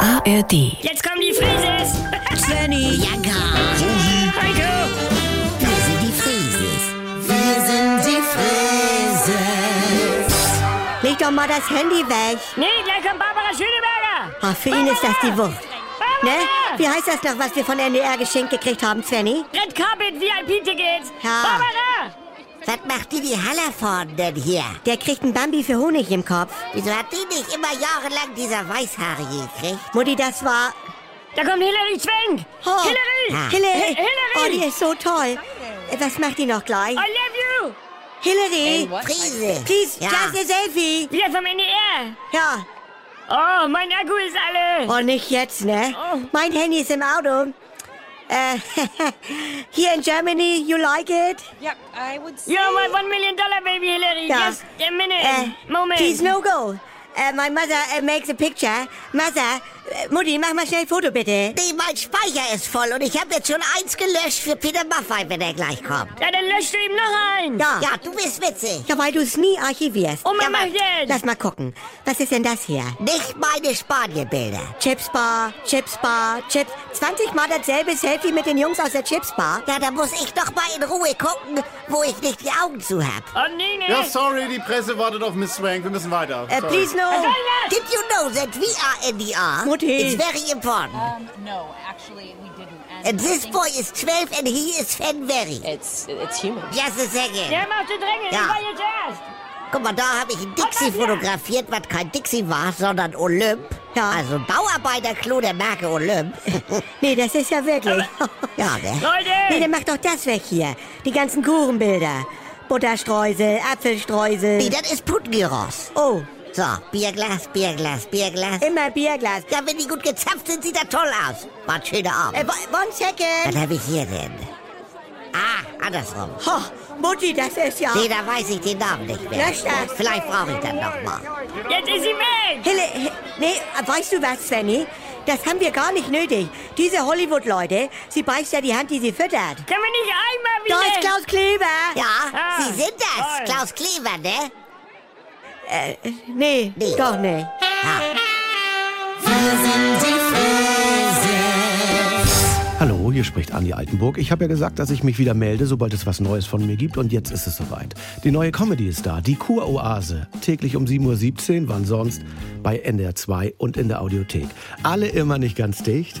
ARD. Jetzt kommen die Frises! Benny. Ja, gar. Heiko! Wir sind die Frieses. Wir sind die Frieses. Leg doch mal das Handy weg. Nee, gleich kommt Barbara Schöneberger! Ah, für ihn ist das die Wucht. Ne? Barbara! Wie heißt das noch, was wir von NDR geschenkt gekriegt haben, Svenny? Red Carpet VIP-Tickets! Ja. Barbara! Was macht die die Hallervorden denn hier? Der kriegt einen Bambi für Honig im Kopf. Wieso hat die nicht immer jahrelang dieser Weißhaarige gekriegt? Mutti, das war... Da kommt Hilary Zwenk! Oh. Hilary! Ja. Hi- Hillary! Hillary! Oh, die ist so toll. Äh, Was macht die noch gleich? I love you! Hillary! Friese. Please, Ja. just a selfie! Wir vom NDR! Ja. Oh, mein Akku ist alle! Oh, nicht jetzt, ne? Oh. Mein Handy ist im Auto. Äh, here in Germany, you like it? Yep, I would say. You're my one million dollar baby, Hilary! Ja. Just a minute! Uh, Moment! Please no go. Uh, my mother uh, makes a picture. Mother, äh, Mutti, mach mal schnell ein Foto bitte. Nee, mein Speicher ist voll und ich habe jetzt schon eins gelöscht für Peter Maffei, wenn er gleich kommt. Ja, dann löscht du ihm noch ein! Ja. Ja, du bist witzig. Ja, weil du es nie archivierst. Oh, man aber- macht jetzt. Lass mal gucken. Was ist denn das hier? Nicht meine Spanienbilder. Chipsbar, Chipsbar, Chips. 20 Mal dasselbe Selfie mit den Jungs aus der Chipsbar. Ja, da muss ich doch mal in Ruhe gucken, wo ich nicht die Augen zu hab. Oh, nee, nee! Ja, sorry, die Presse wartet auf Miss Swank. Wir müssen weiter. Äh, Sorry. please Also, no. Did you know that we are in the R? Mutti. It's very important. Um, no, actually, we didn't. And this I think boy is 12 and he is 10 very. It's it's human. Yes, a second. Der macht zu drängen! Ja. Ich war jetzt erst! Guck mal, da habe ich einen Dixie Und das hier? fotografiert, was kein Dixie war, sondern Olymp. Ja. Also Bauarbeiterklo der Marke Olymp. Nee, das ist ja wirklich. ja, ne? nee, Leute! dann mach doch das weg hier. Die ganzen Kuchenbilder. Butterstreusel, Nee, Apfelstreusel. das ist Puttengiros. Oh, So, Bierglas, Bierglas, Bierglas. immer Bierglas. Ja, wenn die gut gezapft sind, sieht das toll aus. War ein schöner Abend. Äh, wo- wollen Was checken? habe ich hier denn? Ah, andersrum. Ho, Mutti, das ist ja... Nee, da weiß ich den Namen nicht mehr. Lösch das. Vielleicht brauche ich dann nochmal. Jetzt ist sie weg! Hille, Hi- nee, weißt du was, Svenny? Das haben wir gar nicht nötig. Diese Hollywood-Leute, sie beißt ja die Hand, die sie füttert. Können wir nicht einmal wieder... Da ist Klaus Kleber. Ja, Ah, Sie sind das. toll. Klaus Kleber, ne? Nee, Nee. doch nicht. Hallo, hier spricht Andi Altenburg. Ich habe ja gesagt, dass ich mich wieder melde, sobald es was Neues von mir gibt. Und jetzt ist es soweit. Die neue Comedy ist da, die Kuroase. Täglich um 7.17 Uhr, wann sonst? Bei NDR 2 und in der Audiothek. Alle immer nicht ganz dicht.